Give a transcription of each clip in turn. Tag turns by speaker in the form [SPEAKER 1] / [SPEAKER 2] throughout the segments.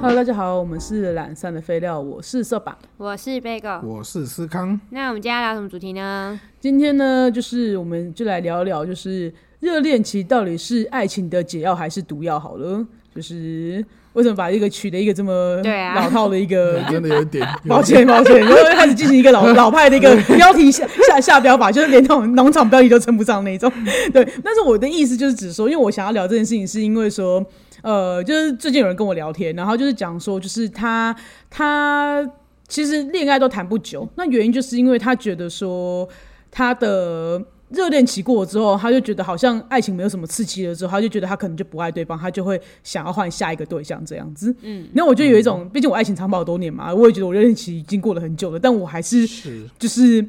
[SPEAKER 1] Hello，大家好，我们是懒散的废料，我是色吧。
[SPEAKER 2] 我是 Bagel。
[SPEAKER 3] 我是思康，
[SPEAKER 2] 那我们今天要聊什么主题呢？
[SPEAKER 1] 今天呢，就是我们就来聊聊，就是热恋期到底是爱情的解药还是毒药？好了，就是为什么把一个取了一个这么
[SPEAKER 2] 对啊
[SPEAKER 1] 老套的一个。
[SPEAKER 3] 真的有一点，有
[SPEAKER 1] 抱
[SPEAKER 3] 一点
[SPEAKER 1] 歉，抱歉，然后开始进行一个老老派的一个标题下下下标法，就是连那种农场标题都称不上那种。对，但是我的意思就是只说，因为我想要聊这件事情，是因为说，呃，就是最近有人跟我聊天，然后就是讲说，就是他他其实恋爱都谈不久，那原因就是因为他觉得说他的。热恋期过了之后，他就觉得好像爱情没有什么刺激了，之后他就觉得他可能就不爱对方，他就会想要换下一个对象这样子。嗯，那我就有一种，毕竟我爱情长跑多年嘛，我也觉得我热恋期已经过了很久了，但我还是
[SPEAKER 3] 是
[SPEAKER 1] 就是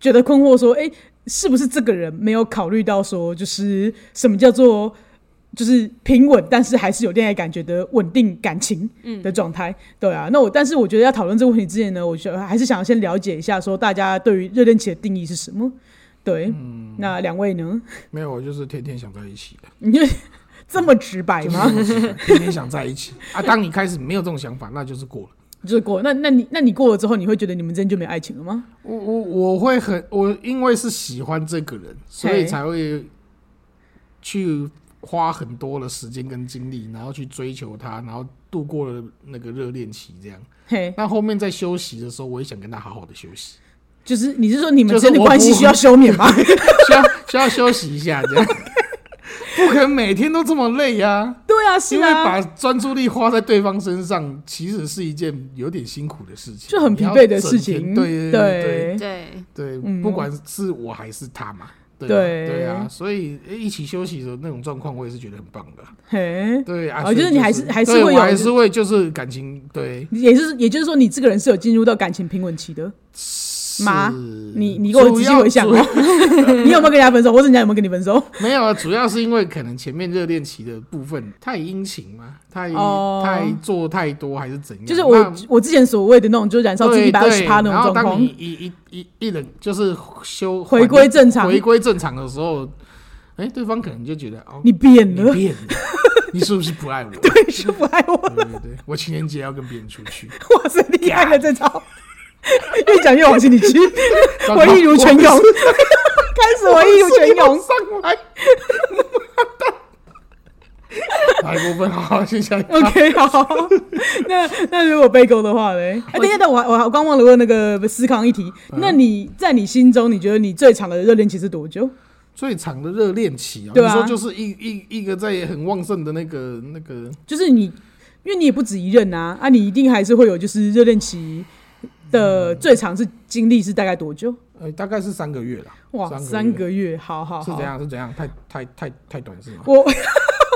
[SPEAKER 1] 觉得困惑说，哎、是不是这个人没有考虑到说，就是什么叫做就是平稳，但是还是有恋爱感觉的稳定感情的状态？对啊，那我但是我觉得要讨论这个问题之前呢，我觉得还是想要先了解一下说大家对于热恋期的定义是什么。对，
[SPEAKER 3] 嗯
[SPEAKER 1] 那两位呢？
[SPEAKER 3] 没有，我就是天天想在一起的，
[SPEAKER 1] 你就这么直白
[SPEAKER 3] 就是
[SPEAKER 1] 哎吗？
[SPEAKER 3] 这么喜欢天天想在一起啊。当你开始没有这种想法，那就是过了。
[SPEAKER 1] 就是过，那那你那你过了之后，你会觉得你们之间就没爱情了吗？
[SPEAKER 3] 我我我会很，我因为是喜欢这个人，所以才会去花很多的时间跟精力，然后去追求他，然后度过了那个热恋期这样。
[SPEAKER 1] 嘿，
[SPEAKER 3] 那后面在休息的时候，我也想跟他好好的休息，
[SPEAKER 1] 就是你是说你们
[SPEAKER 3] 就
[SPEAKER 1] 之
[SPEAKER 3] 是
[SPEAKER 1] 间的
[SPEAKER 3] 我
[SPEAKER 1] 关系
[SPEAKER 3] 不
[SPEAKER 1] 需要休眠吗？
[SPEAKER 3] 需要需要休息一下这样。 不可能每天都这么累呀、
[SPEAKER 1] 对啊，是
[SPEAKER 3] 因为
[SPEAKER 1] 啊，
[SPEAKER 3] 把专注力花在对方身上，其实是一件有点辛苦的事情，
[SPEAKER 1] 就很疲惫的事情。
[SPEAKER 3] 你要整天对对
[SPEAKER 1] 对
[SPEAKER 2] 对，
[SPEAKER 3] 对
[SPEAKER 1] 嗯
[SPEAKER 3] 对，不管是我还是他嘛，对
[SPEAKER 1] 对
[SPEAKER 3] 啊对啊，所以诶一起休息的那种状况，我也是觉得很棒的。啊
[SPEAKER 1] 嘿，
[SPEAKER 3] 对啊，
[SPEAKER 1] 哦
[SPEAKER 3] 所以
[SPEAKER 1] 就是
[SPEAKER 3] 是
[SPEAKER 1] 你还是还是
[SPEAKER 3] 对
[SPEAKER 1] 会
[SPEAKER 3] 我
[SPEAKER 1] 有
[SPEAKER 3] 还是会就是感情对
[SPEAKER 1] 也就是也就是说，你这个人是有进入到感情平稳期的。妈
[SPEAKER 3] 是
[SPEAKER 1] 你你给我仔
[SPEAKER 3] 主
[SPEAKER 1] 细
[SPEAKER 3] 要
[SPEAKER 1] 回想
[SPEAKER 3] 主
[SPEAKER 1] 哦， 你有没有跟人家分手，或者人家有没有跟你分手？
[SPEAKER 3] 没有，啊，主要是因为可能前面热恋期的部分太殷勤嘛，太
[SPEAKER 1] 哦
[SPEAKER 3] 太做太多还是怎样，
[SPEAKER 1] 就是
[SPEAKER 3] 那
[SPEAKER 1] 我我之前所谓的那种，就是燃烧自己
[SPEAKER 3] 对
[SPEAKER 1] 一百二十
[SPEAKER 3] 对，
[SPEAKER 1] 趴那
[SPEAKER 3] 然后
[SPEAKER 1] 种状
[SPEAKER 3] 当你
[SPEAKER 1] 况，
[SPEAKER 3] 一一一一人就是修
[SPEAKER 1] 回归正常
[SPEAKER 3] 回，归正常的时候，哎、对方可能就觉得哦，
[SPEAKER 1] 你变
[SPEAKER 3] 你
[SPEAKER 1] 了，
[SPEAKER 3] 变了，你是不是不爱我？对
[SPEAKER 1] 对，啊是不爱我了。
[SPEAKER 3] 对对，我情人节要跟别人出去，
[SPEAKER 1] 哇塞，厉害了这 招，越讲越往心里去，
[SPEAKER 3] 糟糕
[SPEAKER 1] 回忆如泉涌， 开始回忆如泉
[SPEAKER 3] 我
[SPEAKER 1] 涌。
[SPEAKER 3] 上来，妈的，来部分 好好谢谢。
[SPEAKER 1] OK，好， 那那如果被勾的话嘞？哎、等一下，等一下我还我还我刚忘了问那个思康一题。
[SPEAKER 3] 嗯
[SPEAKER 1] 那你在你心中，你觉得你最长的热恋期是多久？
[SPEAKER 3] 最长的热恋期啊，
[SPEAKER 1] 对
[SPEAKER 3] 你
[SPEAKER 1] 啊
[SPEAKER 3] 说就是一一一个在很旺盛的那个那个，
[SPEAKER 1] 就是你，因为你也不止一任啊，啊，你一定还是会有就是热恋期的最长是经历是大概多久？
[SPEAKER 3] 呃，大概是三个月啦。
[SPEAKER 1] 哇，
[SPEAKER 3] 三个月
[SPEAKER 1] 三个月，好好
[SPEAKER 3] 是
[SPEAKER 1] 好
[SPEAKER 3] 怎。样？是怎样？太太太太短是吗？
[SPEAKER 1] 我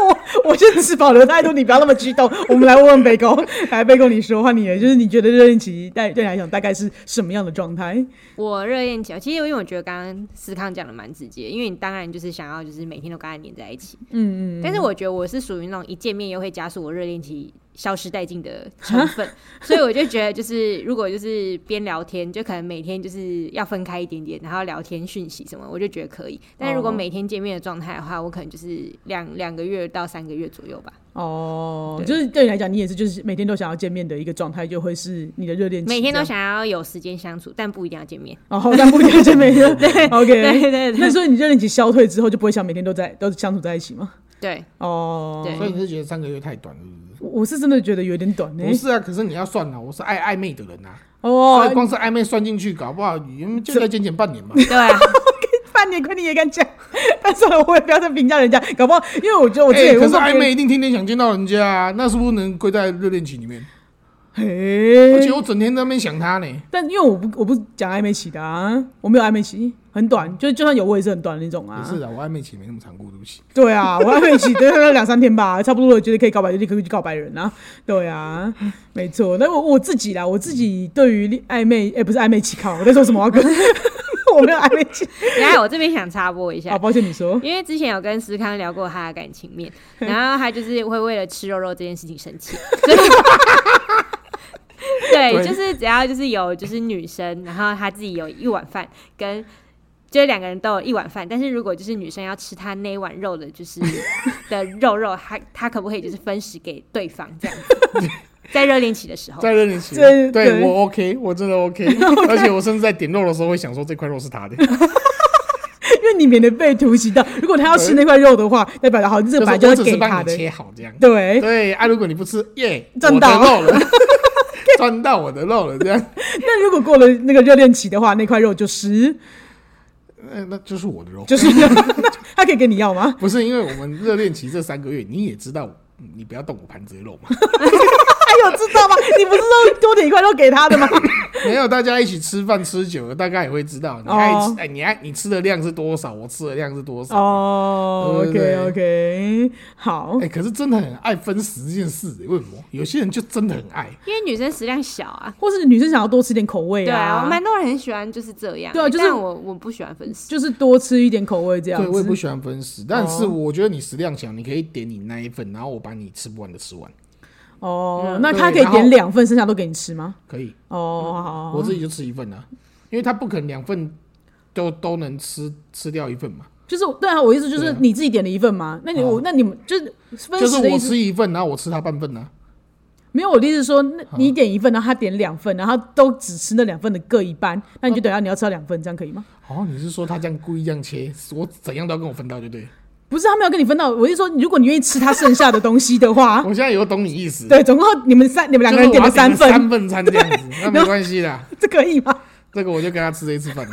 [SPEAKER 1] 我我先持保留态度，你不要那么激动。 我们来问问贝公， 来贝公，你说话你的就是你觉得热恋期带对你来讲大概是什么样的状态？
[SPEAKER 2] 我热恋期，其实因为我觉得刚刚思康讲的蛮直接，因为你当然就是想要就是每天都跟他黏在一起，
[SPEAKER 1] 嗯嗯，
[SPEAKER 2] 但是我觉得我是属于那种一见面又会加速我热恋期消失殆尽的成 分，所以我就觉得就是如果就是边聊天，就可能每天就是要分开一点点，然后聊天讯息什么，我就觉得可以。但是如果
[SPEAKER 1] 哦
[SPEAKER 2] 每天见面的状态的话，我可能就是两两个月到三个月左右吧，
[SPEAKER 1] 哦，
[SPEAKER 2] 对
[SPEAKER 1] 就是对你来讲，你也是就是每天都想要见面的一个状态，就会是你的热恋期这
[SPEAKER 2] 每
[SPEAKER 1] 样。
[SPEAKER 2] 天都想要有时间相处，但不一定要见面。
[SPEAKER 1] 哦，但不一定要见面。对
[SPEAKER 2] 对
[SPEAKER 1] ，OK。
[SPEAKER 2] 对
[SPEAKER 1] 那
[SPEAKER 2] 对
[SPEAKER 1] 所以你热恋期消退之后，就不会想每天都在都相处在一起吗？
[SPEAKER 2] 对，
[SPEAKER 1] 哦，
[SPEAKER 2] 对
[SPEAKER 3] 所以你是觉得三个月太短，是不
[SPEAKER 1] 我我是真的觉得有点短呢、
[SPEAKER 3] 是？不是啊，可是你要算了，我是爱暧昧的人呐、啊所以
[SPEAKER 1] 哦，
[SPEAKER 3] 光是暧昧算进去，搞不好你们就在减减半年嘛。
[SPEAKER 2] 对啊，
[SPEAKER 1] 半年亏你也敢讲， 但算了，我也不要再评价人家，搞不好，因为我觉得 我自己
[SPEAKER 3] 哎
[SPEAKER 1] 也
[SPEAKER 3] 可
[SPEAKER 1] 问
[SPEAKER 3] 是
[SPEAKER 1] 过别
[SPEAKER 3] 暧
[SPEAKER 1] 人，
[SPEAKER 3] 昧一定天天想见到人家啊，那是不是能归在热恋期里面？而
[SPEAKER 1] 嘿
[SPEAKER 3] 且，我整天在那边想他呢。
[SPEAKER 1] 但因为我不我不讲暧昧期的啊，我没有暧昧期，很短，就就算有我也是很短的那种
[SPEAKER 3] 也
[SPEAKER 1] 啊。
[SPEAKER 3] 是啊，我暧昧期没那么长过，对不起。
[SPEAKER 1] 对 啊，我暧昧期对那两三天吧，差不多了，觉得可以告白就立刻去告白人啊。对啊，没错。那我我自己啦，我自己对于恋暧昧，哎、不是暧昧期，靠，我在说什么啊哥？ 我没有暧昧 期
[SPEAKER 2] 然后我这边想插播一
[SPEAKER 1] 啊，
[SPEAKER 2] 下，
[SPEAKER 3] 哦
[SPEAKER 1] 抱歉你说。
[SPEAKER 2] 因为之前有跟思康聊过他的感情面，然后他就是会为了吃肉肉这件事情生气， 所以对，
[SPEAKER 3] 对
[SPEAKER 2] 就是只要就是有就是女生，然后他自己有一碗饭跟。就是两个人都有一碗饭，但是如果就是女生要吃她那碗 肉的，就是的肉肉，她她可不可以就是分食给对方这样子？在热恋期的时候，
[SPEAKER 3] 在热恋期
[SPEAKER 1] 对，对
[SPEAKER 3] 对我 OK，我真 的 OK，而且我甚至在点肉的时候会想说这块肉是他的，
[SPEAKER 1] 因为你免得被突袭到。如果他要吃那块肉的话，代表了好， 这个
[SPEAKER 3] 就是
[SPEAKER 1] 白
[SPEAKER 3] 我
[SPEAKER 1] 要
[SPEAKER 3] 只
[SPEAKER 1] 给
[SPEAKER 3] 是
[SPEAKER 1] 他
[SPEAKER 3] 帮你
[SPEAKER 1] 的。
[SPEAKER 3] 切好这样。
[SPEAKER 1] 对，
[SPEAKER 3] 对啊，如果你不吃，耶，
[SPEAKER 1] 哎赚
[SPEAKER 3] 我
[SPEAKER 1] 到
[SPEAKER 3] 的肉 了， 赚到我的肉了，这样，
[SPEAKER 1] 那如果过了那个热恋期的话，那块肉就湿，
[SPEAKER 3] 呃那就是我的肉。
[SPEAKER 1] 就是 那他可以给你要吗？
[SPEAKER 3] 不是因为我们热恋期这三个月，你也知道我，你不要动我盘子的肉嘛。
[SPEAKER 1] 还有 知道吗？你不是说多点一块肉给他的吗？
[SPEAKER 3] 没有，大家一起吃饭吃久了，大概也会知道你
[SPEAKER 1] 哦
[SPEAKER 3] 爱吃，哎、你爱你吃的量是多少，我吃的量是多少。
[SPEAKER 1] 哦
[SPEAKER 3] 对
[SPEAKER 1] ，OK
[SPEAKER 3] 对
[SPEAKER 1] OK，好
[SPEAKER 3] 哎、，可是真的很爱分食这件事、为什么？有些人就真的很爱，
[SPEAKER 2] 因为女生食量小啊。
[SPEAKER 1] 或是女生想要多吃点口味
[SPEAKER 2] 对啊，蛮多人很喜欢就是这样。
[SPEAKER 1] 对啊就是
[SPEAKER 2] 但我我不喜欢分食。
[SPEAKER 1] 就是多吃一点口味这样
[SPEAKER 3] 对我也
[SPEAKER 1] 子。
[SPEAKER 3] 不
[SPEAKER 1] 哦
[SPEAKER 3] 喜欢分食，但是我觉得你食量小，你可以点你那一份，然后我把你吃不完的吃完，
[SPEAKER 1] 哦，
[SPEAKER 2] 嗯
[SPEAKER 1] 那
[SPEAKER 3] 对
[SPEAKER 1] 他可以
[SPEAKER 3] 然后
[SPEAKER 1] 点两份，剩下都给你吃吗？
[SPEAKER 3] 可以，
[SPEAKER 1] 哦，好好，好
[SPEAKER 3] 我自己就吃一份啊，因为他不可能两份都都能吃吃掉一份嘛，
[SPEAKER 1] 就是对啊，我意思就是
[SPEAKER 3] 对啊嗯
[SPEAKER 1] 你自己点了一份嘛，那你我那你们就是分
[SPEAKER 3] 就是
[SPEAKER 1] 食的
[SPEAKER 3] 我
[SPEAKER 1] 意思
[SPEAKER 3] 吃一份，然后我吃他半份啊，
[SPEAKER 1] 没有，我的意思是说，那你点一份，然后他点两份，然后都只吃那两份的各一半，那你就等一下你要吃到两份，这样可以吗？
[SPEAKER 3] 哦，你是说他这样故意这样切，我怎样都要跟我分到，对不对了？
[SPEAKER 1] 不是，他没有跟你分到，我是说，如果你愿意吃他剩下的东西的话，
[SPEAKER 3] 我现在有懂你意思，
[SPEAKER 1] 对，总共你们三你们两个人
[SPEAKER 3] 就是
[SPEAKER 1] 点
[SPEAKER 3] 我
[SPEAKER 1] 了
[SPEAKER 3] 要
[SPEAKER 1] 三份，
[SPEAKER 3] 三份餐这样子，那没关系啦，
[SPEAKER 1] 这可以吗？
[SPEAKER 3] 这个我就跟他吃这一次饭了，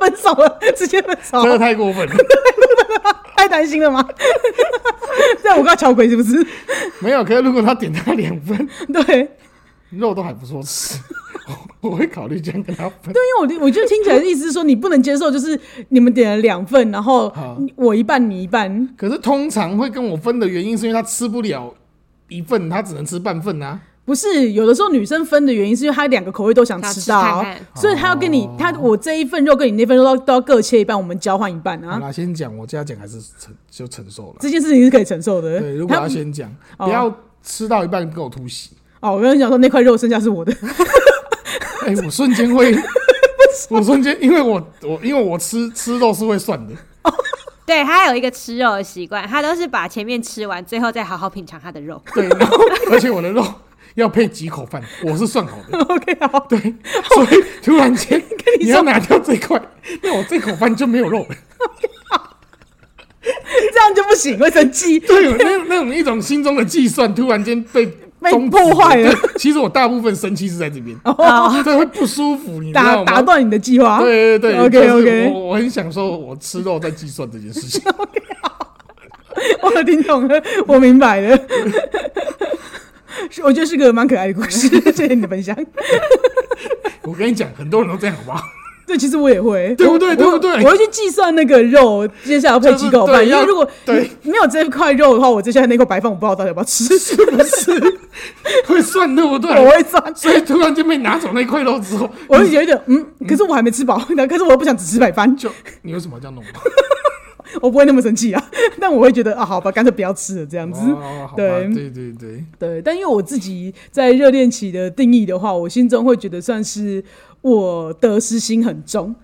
[SPEAKER 1] 分手了，直接分手
[SPEAKER 3] 真， 的太过分了。
[SPEAKER 1] 太担心了吗？ 这样我告桥鬼是不是？
[SPEAKER 3] 没有，可是如果他点他两份
[SPEAKER 1] 对，对，
[SPEAKER 3] 肉都还不错吃，我我会考虑这样跟他分。
[SPEAKER 1] 因为我的我就听起来的意思是说，你不能接受，就是你们点了两份，然后
[SPEAKER 3] 好
[SPEAKER 1] 我一半你一半，
[SPEAKER 3] 可是通常会跟我分的原因是因为他吃不了一份，他只能吃半份啊。
[SPEAKER 1] 不是，有的时候女生分的原因是因为她两个口味都想
[SPEAKER 2] 想吃
[SPEAKER 1] 吃到，
[SPEAKER 2] 看看
[SPEAKER 1] 所以她要跟
[SPEAKER 3] 哦
[SPEAKER 1] 你，她我这一份肉跟你那份肉都要都要各切一半，我们交换一半
[SPEAKER 3] 好
[SPEAKER 1] 啊。
[SPEAKER 3] 啦，先讲我家讲还是承就承受了。
[SPEAKER 1] 这件事情是可以承受的。
[SPEAKER 3] 对，如果
[SPEAKER 1] 她
[SPEAKER 3] 要先讲，
[SPEAKER 1] 哦
[SPEAKER 3] 不要吃到一半跟我突袭，
[SPEAKER 1] 哦，我跟你讲说那块肉剩下是我的，
[SPEAKER 3] 哎，我瞬间会，我瞬间因为我我因为我吃吃肉是会算的，
[SPEAKER 2] 对他有一个吃肉的习惯，他都是把前面吃完，最后再好好品尝他的肉。
[SPEAKER 3] 对，然后而且我的肉要配几口饭，我是算好的。
[SPEAKER 1] OK 好，
[SPEAKER 3] 对，所以突然间
[SPEAKER 1] 你
[SPEAKER 3] 你要
[SPEAKER 1] 说
[SPEAKER 3] 拿掉这块，那我这口饭就没有肉了。
[SPEAKER 1] 这样就不行，会生气。
[SPEAKER 3] 对，有那那种一种心中的计算，突然间被
[SPEAKER 1] 被
[SPEAKER 3] 终止
[SPEAKER 1] 破坏了。
[SPEAKER 3] 对其实我大部分生气是在这边，
[SPEAKER 1] 哦，
[SPEAKER 3] 这会不舒服，你知
[SPEAKER 1] 打
[SPEAKER 3] 道
[SPEAKER 1] 打
[SPEAKER 3] 吗？
[SPEAKER 1] 断你的计划。
[SPEAKER 3] 对对对
[SPEAKER 1] 啊 OK，
[SPEAKER 3] 就是
[SPEAKER 1] OK
[SPEAKER 3] 我我很享受我吃肉在计算这件事情。
[SPEAKER 1] 我听懂了，我明白了。 是我觉得是个蛮可爱的故 事，谢谢你的分享。
[SPEAKER 3] 我跟你讲，很多人都这样，好不 好？
[SPEAKER 1] 对，其实我也会，
[SPEAKER 3] 对不对
[SPEAKER 1] 我
[SPEAKER 3] 对不对
[SPEAKER 1] 我会去计算那个肉接下来要配几口
[SPEAKER 3] 就是
[SPEAKER 1] 饭，
[SPEAKER 3] 对
[SPEAKER 1] 因为
[SPEAKER 3] 要
[SPEAKER 1] 如果
[SPEAKER 3] 对
[SPEAKER 1] 没有这块肉的话，我接下来那口白饭我不知道到底要不要吃，
[SPEAKER 3] 是不是会算对不对？
[SPEAKER 1] 我会算。
[SPEAKER 3] 所以突然间被拿走那块肉之后，
[SPEAKER 1] 我会觉得，嗯，可是我还没吃饱， 那可是我又不想只吃白饭，
[SPEAKER 3] 就你为什么要这样弄我？
[SPEAKER 1] 我不会那么生气啊。 但我会觉得啊，好吧，干脆不要吃了这样子。
[SPEAKER 3] 哦，好吧，
[SPEAKER 1] 对
[SPEAKER 3] 对对对，
[SPEAKER 1] 对，但因为我自己在热恋期的定义的话，我心中会觉得算是我得失心很重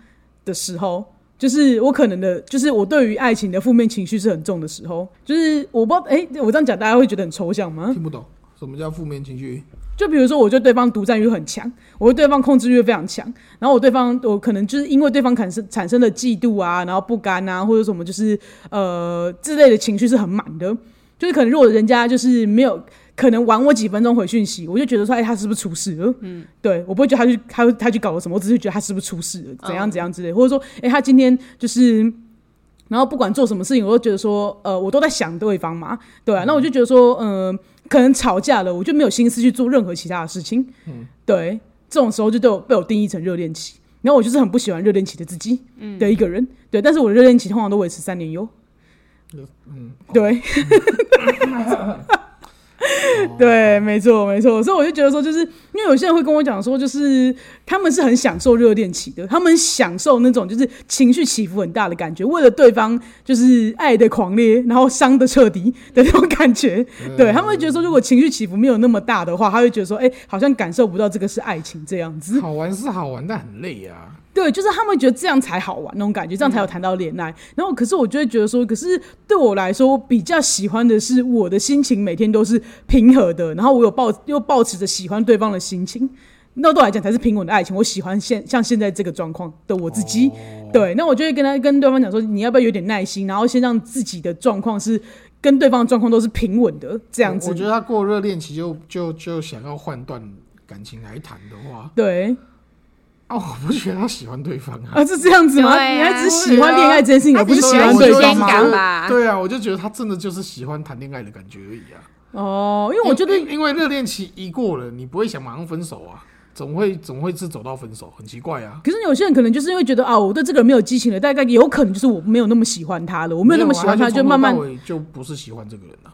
[SPEAKER 1] 的时候，就是我可能的，就是我对于爱情的负面情绪是很重的时候，就是我不知道，哎、我这样讲大家会觉得很抽象吗？
[SPEAKER 3] 听不懂什么叫负面情绪？
[SPEAKER 1] 就比如说，我对对方独占欲很强，我对对方控制欲非常强，然后我对方，我可能就是因为对方产生产生了嫉妒啊，然后不甘啊，或者什么就是呃之类的情绪是很满的，就是可能如果人家就是没有。可能晚我几分钟回讯息，我就觉得说，哎，他是不是出事了？嗯，对我不会觉得他去他他去搞了什么，我只是觉得他是不是出事了，怎样怎样之类，或者说，哎，他今天就是，然后不管做什么事情，我都觉得说，呃，我都在想对方嘛，对啊，那我就觉得说，嗯、可能吵架了，我就没有心思去做任何其他的事情。对，这种时候就对我被我定义成热恋期。然后我就是很不喜欢热恋期的自己的一个人。对，但是我的热恋期通常都维持三年哟。
[SPEAKER 3] 嗯，
[SPEAKER 1] 对，对，没错，没错。所以我就觉得说，就是因为有些人会跟我讲说，就是他们是很享受热恋期的，他们享受那种就是情绪起伏很大的感觉，为了对方就是爱的狂烈，然后伤的彻底的那种感觉。对他们会觉得说，如果情绪起伏没有那么大的话，他会觉得说，哎、好像感受不到这个是爱情这样子。
[SPEAKER 3] 好玩是好玩，但很累啊。
[SPEAKER 1] 对，就是他们觉得这样才好玩那种感觉，这样
[SPEAKER 3] 嗯
[SPEAKER 1] 才有谈到恋爱。然后，可是我就会觉得说，可是对我来说，我比较喜欢的是我的心情每天都是平和的，然后我有抱又抱持着喜欢对方的心情。那对我来讲才是平稳的爱情。我喜欢现像现在这个状况的我自
[SPEAKER 3] 哦
[SPEAKER 1] 己，对。那我就会跟他跟对方讲说，你要不要有点耐心，然后先让自己的状况是跟对方的状况都是平稳的这样子
[SPEAKER 3] 我。觉得他过热恋期就就就想要换段感情来谈的话，
[SPEAKER 1] 对
[SPEAKER 3] 啊，我不觉得他喜欢对方啊。
[SPEAKER 1] 啊，是这样子吗？
[SPEAKER 2] 对啊
[SPEAKER 1] 你还只喜欢恋爱这件事情，
[SPEAKER 2] 对啊
[SPEAKER 1] 而不是
[SPEAKER 2] 他
[SPEAKER 1] 喜
[SPEAKER 2] 只
[SPEAKER 1] 欢
[SPEAKER 2] 是
[SPEAKER 1] 对
[SPEAKER 2] 新
[SPEAKER 1] 方
[SPEAKER 2] 鲜
[SPEAKER 1] 吗？
[SPEAKER 2] 感吧
[SPEAKER 3] 对啊，我就觉得他真的就是喜欢谈恋爱的感觉而已啊。
[SPEAKER 1] 哦，因为我觉得
[SPEAKER 3] 因为因为热恋期一过了，你不会想马上分手啊，总会总会是走到分手，很奇怪啊。
[SPEAKER 1] 可是有些人可能就是因为觉得啊，我对这个人没有激情了，大概有可能就是我没有那么喜欢他了，我没有那么喜欢
[SPEAKER 3] 啊他，
[SPEAKER 1] 就慢慢
[SPEAKER 3] 从头到尾就不是喜欢这个人了、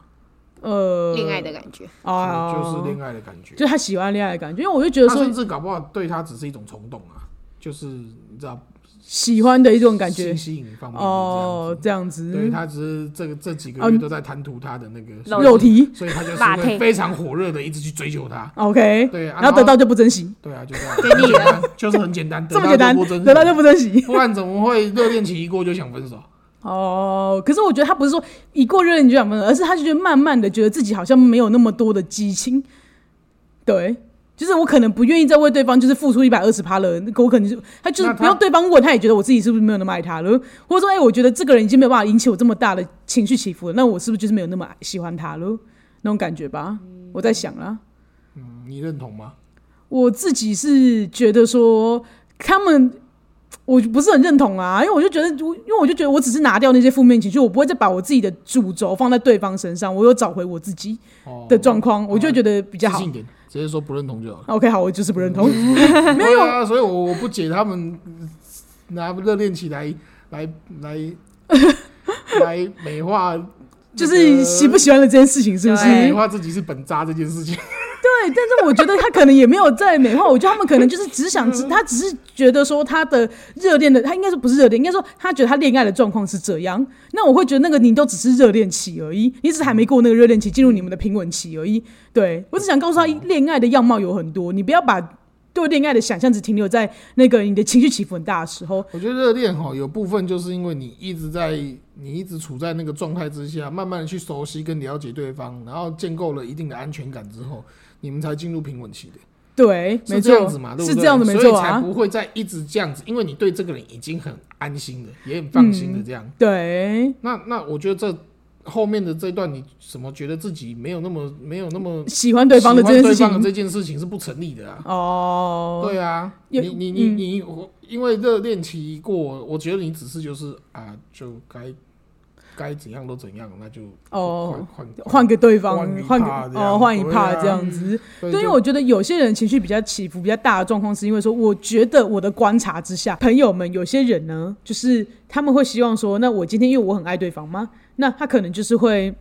[SPEAKER 1] 呃
[SPEAKER 2] 恋爱的感觉，
[SPEAKER 1] 啊，
[SPEAKER 3] 就是恋爱的感觉。
[SPEAKER 1] 就他喜欢恋爱的感觉，因为我就觉得
[SPEAKER 3] 他
[SPEAKER 1] 说
[SPEAKER 3] 甚至搞不好对他只是一种冲动啊，就是你知道
[SPEAKER 1] 喜欢的一种感觉
[SPEAKER 3] 性吸引方面是这样
[SPEAKER 1] 哦，
[SPEAKER 3] 子
[SPEAKER 1] 这样子，
[SPEAKER 3] 对他只是这个这几个
[SPEAKER 1] 哦
[SPEAKER 3] 月都在贪图他的那个
[SPEAKER 2] 肉
[SPEAKER 1] 肉体
[SPEAKER 3] 所以他就是
[SPEAKER 2] 马
[SPEAKER 3] 会
[SPEAKER 2] 屁
[SPEAKER 3] 非常火热的一直去追求他。
[SPEAKER 1] ，OK，
[SPEAKER 3] 对啊
[SPEAKER 1] 然后得到就不珍惜，
[SPEAKER 3] 对啊，就这样，很简单，就是很简 单，
[SPEAKER 1] 这么简单，
[SPEAKER 3] 得
[SPEAKER 1] 得到就不珍惜。
[SPEAKER 3] 不然怎么会热恋期一过就想分手？
[SPEAKER 1] 哦，可是我觉得他不是说一过热恋就想分手，而是他就觉得慢慢的觉得自己好像没有那么多的激情，对。就是我可能不愿意再为对方就是付出一百二十趴了，那个我可能就他就是
[SPEAKER 3] 那他
[SPEAKER 1] 不要对方问，他也觉得我自己是不是没有那么爱他了， 或者说哎、我觉得这个人已经没有办法引起我这么大的情绪起伏了，那我是不是就是没有那么爱喜欢他了？那种感觉吧，我在想啊。
[SPEAKER 3] 嗯，你认同吗？
[SPEAKER 1] 我自己是觉得说，他们我不是很认同啊，因为我就觉得，我因为我就觉得我只是拿掉那些负面情绪，我不会再把我自己的主轴放在对方身上，我有找回我自己
[SPEAKER 3] 哦，
[SPEAKER 1] 的状况，我就觉得比较
[SPEAKER 3] 自
[SPEAKER 1] 好
[SPEAKER 3] 信一。点，直接说不认同就好 了。
[SPEAKER 1] OK，好，我就是不认同。
[SPEAKER 3] 没有啊，所以我我不解他们拿热恋期来来来来 美化，
[SPEAKER 1] 嗯就是喜不喜欢的这件事情，是不是？
[SPEAKER 2] 对
[SPEAKER 3] 美
[SPEAKER 1] 对，
[SPEAKER 3] 化自己是本渣这件事情。
[SPEAKER 1] 但是我觉得他可能也没有在美化，我觉得他们可能就是只想知，
[SPEAKER 3] 嗯
[SPEAKER 1] 他只是觉得说他的热恋的，他应该说不是热恋，应该说他觉得他恋爱的状况是这样。那我会觉得那个你都只是热恋期而已，你只是还没过那个热恋期，进入你们的平稳期而已。对我只想告诉他，
[SPEAKER 3] 嗯
[SPEAKER 1] 恋爱的样貌有很多，你不要把对恋爱的想象只停留在那个你的情绪起伏很大的时候。
[SPEAKER 3] 我觉得热恋哈，有部分就是因为你一直在，你一直处在那个状态之下，慢慢的去熟悉跟了解对方，然后建构了一定的安全感之后，你们才进入平稳期的，
[SPEAKER 1] 对，没
[SPEAKER 3] 是这样
[SPEAKER 1] 错
[SPEAKER 3] 子嘛？，对不
[SPEAKER 1] 是
[SPEAKER 3] 对
[SPEAKER 1] 这样子，没
[SPEAKER 3] 所以
[SPEAKER 1] 错
[SPEAKER 3] 才
[SPEAKER 1] 啊。
[SPEAKER 3] 不会再一直这样子，因为你对这个人已经很安心了，也很放心的
[SPEAKER 1] 嗯
[SPEAKER 3] 这样。
[SPEAKER 1] 对，
[SPEAKER 3] 那那我觉得这后面的这段，你怎么觉得自己没有那么没有那么
[SPEAKER 1] 喜欢对方的这件事
[SPEAKER 3] 喜欢对
[SPEAKER 1] 情，
[SPEAKER 3] 方的这件事情是不成立的啊？
[SPEAKER 1] 哦，
[SPEAKER 3] 对啊，你
[SPEAKER 1] 有嗯
[SPEAKER 3] 你你你，我因为热恋期一过，我觉得你只是就是啊，就该该怎样都怎样，那就
[SPEAKER 1] 哦
[SPEAKER 3] 换
[SPEAKER 1] 换个对方
[SPEAKER 3] 换一，
[SPEAKER 1] 换个
[SPEAKER 3] 趴这样
[SPEAKER 1] 哦，换一帕
[SPEAKER 3] 对啊
[SPEAKER 1] 这样子。对，
[SPEAKER 3] 对
[SPEAKER 1] 因为
[SPEAKER 3] 就
[SPEAKER 1] 我觉得有些人情绪比较起伏比较大的状况，是因为说，我觉得我的观察之下，朋友们有些人呢，就是他们会希望说，那我今天因为我很爱对方嘛，那他可能就是会，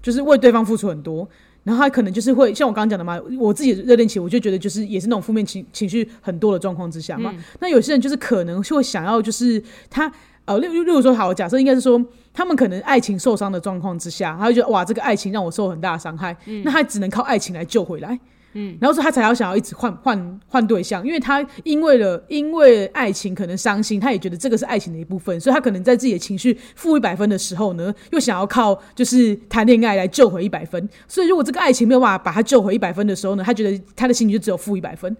[SPEAKER 1] 就是为对方付出很多。然后他可能就是会像我刚刚讲的嘛，我自己的热恋期，我就觉得就是也是那种负面情情绪很多的状况之下嘛。那有些人就是可能会想要，就是他呃，例如例如说，好，假设应该是说，他们可能爱情受伤的状况之下，他就觉得哇，这个爱情让我受很大的伤害，那他只能靠爱情来救回来。嗯，然后说他才要想要一直换换换对象，因为他因为了因为爱情可能伤心，他也觉得这个是爱情的一部分，所以他可能在自己的情绪负一百分的时候呢，又想要靠就是谈恋爱来救回一百分。所以如果这个爱情没有办法把他救回一百分的时候呢，他觉得他的心里就只有负一百分。